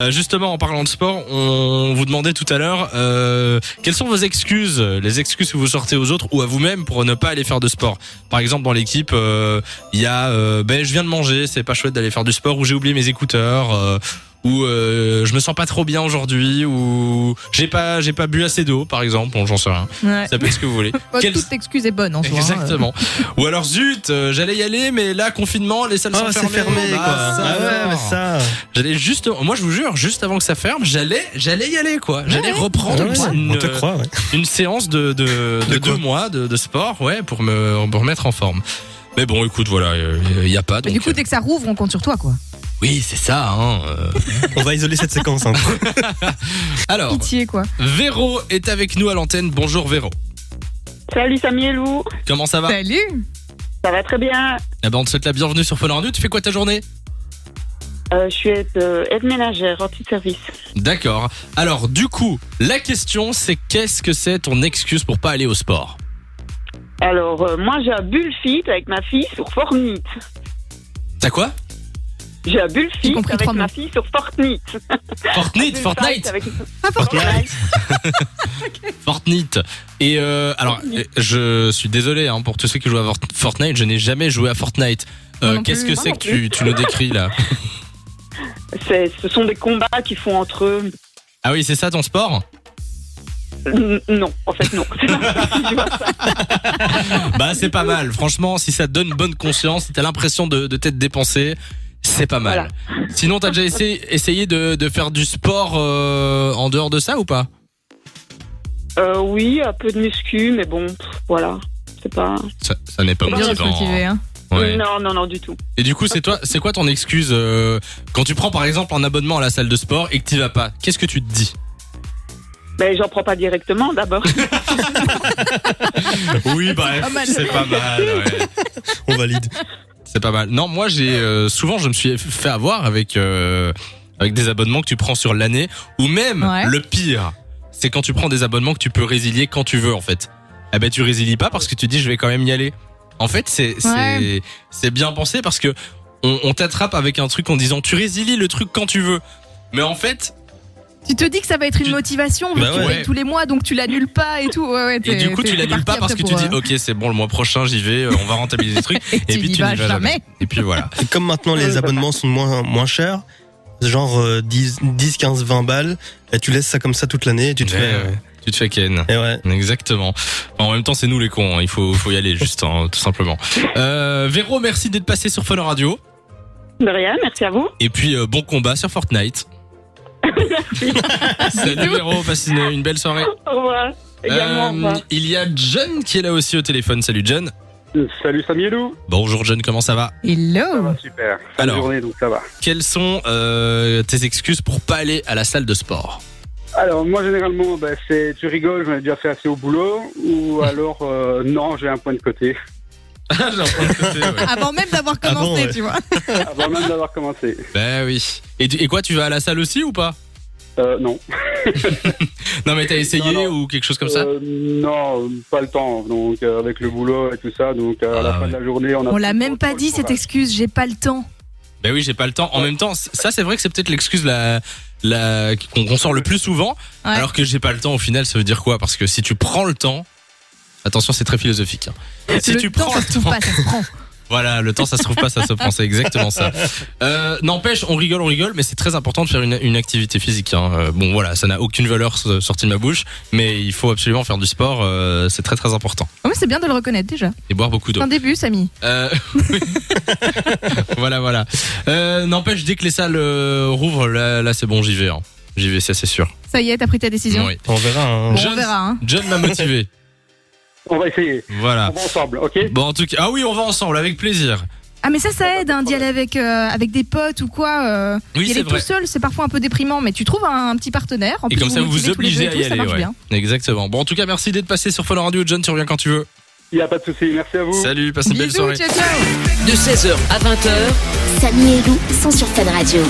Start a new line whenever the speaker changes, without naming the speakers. Euh, justement, en parlant de sport, on vous demandait tout à l'heure euh, quelles sont vos excuses, les excuses que vous sortez aux autres ou à vous-même pour ne pas aller faire de sport. Par exemple, dans l'équipe, euh, il y a euh, ben je viens de manger, c'est pas chouette d'aller faire du sport ou j'ai oublié mes écouteurs. euh, ou euh, je me sens pas trop bien aujourd'hui, ou j'ai pas j'ai pas bu assez d'eau, par exemple, bon, j'en sais rien.
Ouais.
Ça peut être ce que vous voulez.
Pas
Quelles-
Bah, Toute excuse est bonne en soi. hein.
Exactement. Ou alors zut, euh, j'allais y aller, mais là confinement, les salles
Oh,
sont
c'est
fermées.
fermé,
Bah,
quoi.
ça
ah ouais,
alors.
mais ça.
J'allais juste, moi je vous jure, juste avant que ça ferme, j'allais, j'allais y aller quoi. J'allais reprendre
Ah, Ouais,
une,
on te croit, ouais.
une séance de, de, de
De quoi
deux mois de, de sport, ouais, pour me, me remettre en forme. Mais bon, écoute, voilà, il n'y a pas.
Mais
Donc,
du coup,
euh,
dès que ça rouvre, on compte sur toi, quoi.
oui, c'est ça. Hein, euh.
On va isoler cette séquence. hein.
Alors,
Pitié, quoi.
Véro est avec nous à l'antenne. Bonjour Véro.
Salut Samy et Lou,
Comment ça va
Salut.
ça va très bien.
Eh ben, on te souhaite la bienvenue sur Fun Radio. Tu fais quoi ta journée
Euh, je suis aide, euh, aide ménagère, en petit service.
D'accord. Alors, du coup, la question c'est qu'est-ce que c'est ton excuse pour pas aller au sport
Alors, euh, moi j'ai un bullfit avec ma fille sur Fortnite.
T'as quoi
J'ai un
J'ai
bullfit
compris
avec
trois
ma
mots.
fille sur Fortnite.
Fortnite,
Bullfight
Fortnite.
avec-
Fortnite.
Fortnite. Et euh, alors, euh, je suis désolé hein, pour tous ceux qui jouent à Fort- Fortnite, je n'ai jamais joué à Fortnite. Euh,
Moi non
Qu'est-ce que
plus.
Moi
c'est
non
que tu, tu nous décris là
C'est- Ce sont des combats qu'ils font entre eux.
Ah oui, c'est ça ton sport
N- non, en fait non. C'est pas- je vois ça.
Bah c'est pas mal, franchement, si ça te donne bonne conscience, si t'as l'impression de, de t'être dépensé, c'est pas mal. Sinon, t'as déjà essayé, essayé de, de faire du sport euh, en dehors de ça ou pas
Euh, oui, un peu de muscu, mais bon, pff, voilà. C'est pas.
Ça, ça n'est pas
Bien de se
motivant.
motiver, hein.
Ouais.
Non, non, non, du tout.
Et du coup, c'est toi, c'est quoi ton excuse euh, quand tu prends par exemple un abonnement à la salle de sport et que t'y vas pas Qu'est-ce que tu te dis
Mais j'en prends pas directement d'abord.
Oui,
pas mal.
c'est pas mal. ouais.
On valide.
C'est pas mal. Non, moi j'ai euh, souvent je me suis fait avoir avec euh, avec des abonnements que tu prends sur l'année ou même
Ouais.
le pire, c'est quand tu prends des abonnements que tu peux résilier quand tu veux en fait. Eh ben tu résilies pas parce que tu dis je vais quand même y aller. En fait, c'est c'est
Ouais.
c'est bien pensé parce que on, on t'attrape avec un truc en disant tu résilies le truc quand tu veux. Mais en fait,
Tu te dis que ça va être une
Tu-
motivation vu
Bah
que tu
ouais.
payes tous les mois, donc tu l'annules pas et tout. Ouais, ouais,
et
t'es-
du coup
t'es-
tu
t'es
l'annules pas
parti
parce que
après
tu dis
pour, euh,
OK, c'est bon le mois prochain j'y vais, euh, on va rentabiliser le truc
Et tu
puis
n'y vas jamais.
Et puis voilà.
Et comme maintenant les abonnements sont moins, moins chers, genre euh, 10, 10, 15, 20 balles, et tu laisses ça comme ça toute l'année et tu te
Ouais,
fais. euh,
ouais. Tu te fais ken.
Et ouais.
Exactement. Enfin, en même temps, c'est nous les cons. hein. Il faut, faut y aller, juste, hein, tout simplement. Euh, Véro, merci d'être passé sur Fun Radio.
De rien, merci à vous.
Et puis, euh, bon combat sur Fortnite. Salut Véro, passe une, une belle soirée.
Au revoir. Également, au
Euh,
revoir.
il y a John qui est là aussi au téléphone. Salut John.
Euh, Salut Samielou
Bonjour John, comment ça va
Ça
Hello.
va super. Fin
Alors.
de journée donc ça va.
Quelles sont euh, tes excuses pour pas aller à la salle de sport
Alors moi généralement bah, c'est tu rigoles, j'en ai déjà fait assez au boulot
Mmh.
ou alors euh, non j'ai un point de côté
Avant même d'avoir
Ah
Avant,
commencé,
ouais.
tu vois.
avant même d'avoir commencé.
Ben oui. Et, tu- et quoi, tu vas à la salle aussi ou pas
Euh, non.
Non mais t'as essayé
Non,
ou quelque chose comme ça
Euh, Non, pas le temps donc euh, avec le boulot et tout ça donc euh, à la
Ah,
fin
ouais.
de la journée on a.
On l'a
plus
même
trop
pas
le
dit
temps,
cette
voilà.
excuse, j'ai pas le temps.
Ben oui, j'ai pas le temps. En même temps, c- ça c'est vrai que c'est peut-être l'excuse la, la, qu'on qu'on sort le plus souvent.
Ouais.
Alors que j'ai pas le temps au final, ça veut dire quoi Parce que si tu prends le temps, attention, c'est très philosophique. hein. Si
le
tu
temps,
prends
ça se trouve pas, ça se prend.
voilà, le temps ça se trouve pas, ça se prend, c'est exactement ça. Euh, N'empêche, on rigole, on rigole, mais c'est très important de faire une, une activité physique. hein. Euh, bon voilà, ça n'a aucune valeur s- sortie de ma bouche, mais il faut absolument faire du sport, euh, c'est très très important.
Oh, mais c'est bien de le reconnaître déjà.
Et boire beaucoup
C'est
d'eau.
un début, Samy.
Euh, voilà, voilà. Euh, N'empêche, dès que les salles euh, rouvrent, là, là, c'est bon, j'y vais. hein. J'y vais, ça c'est sûr.
Ça y est, t'as pris ta décision.
Oui.
On verra. hein.
Bon,
Jeune-
on verra. hein.
John m'a motivé.
On va essayer.
voilà.
On va ensemble, ok
Bon, en tout cas, ah oui, on va ensemble, avec plaisir.
Ah, mais ça, ça aide hein, d'y aller avec, euh, avec des potes ou quoi. euh,
Oui,
y
c'est
aller
vrai.
tout seul, c'est parfois un peu déprimant, mais tu trouves un, un petit partenaire. En
Et
plus,
comme ça, vous vous
motivez tous les deux
obligez
et
à
tout,
y
Ça
aller.
marche
ouais.
bien.
Exactement. Bon, en tout cas, merci d'être passé sur Follow Radio. John, tu reviens quand tu veux.
Il n'y a pas de souci, merci à vous.
Salut, passe une belle
Bisous,
soirée.
ciao, ciao.
De 16h à 20h,
Samy et Lou sont sur Fan Radio.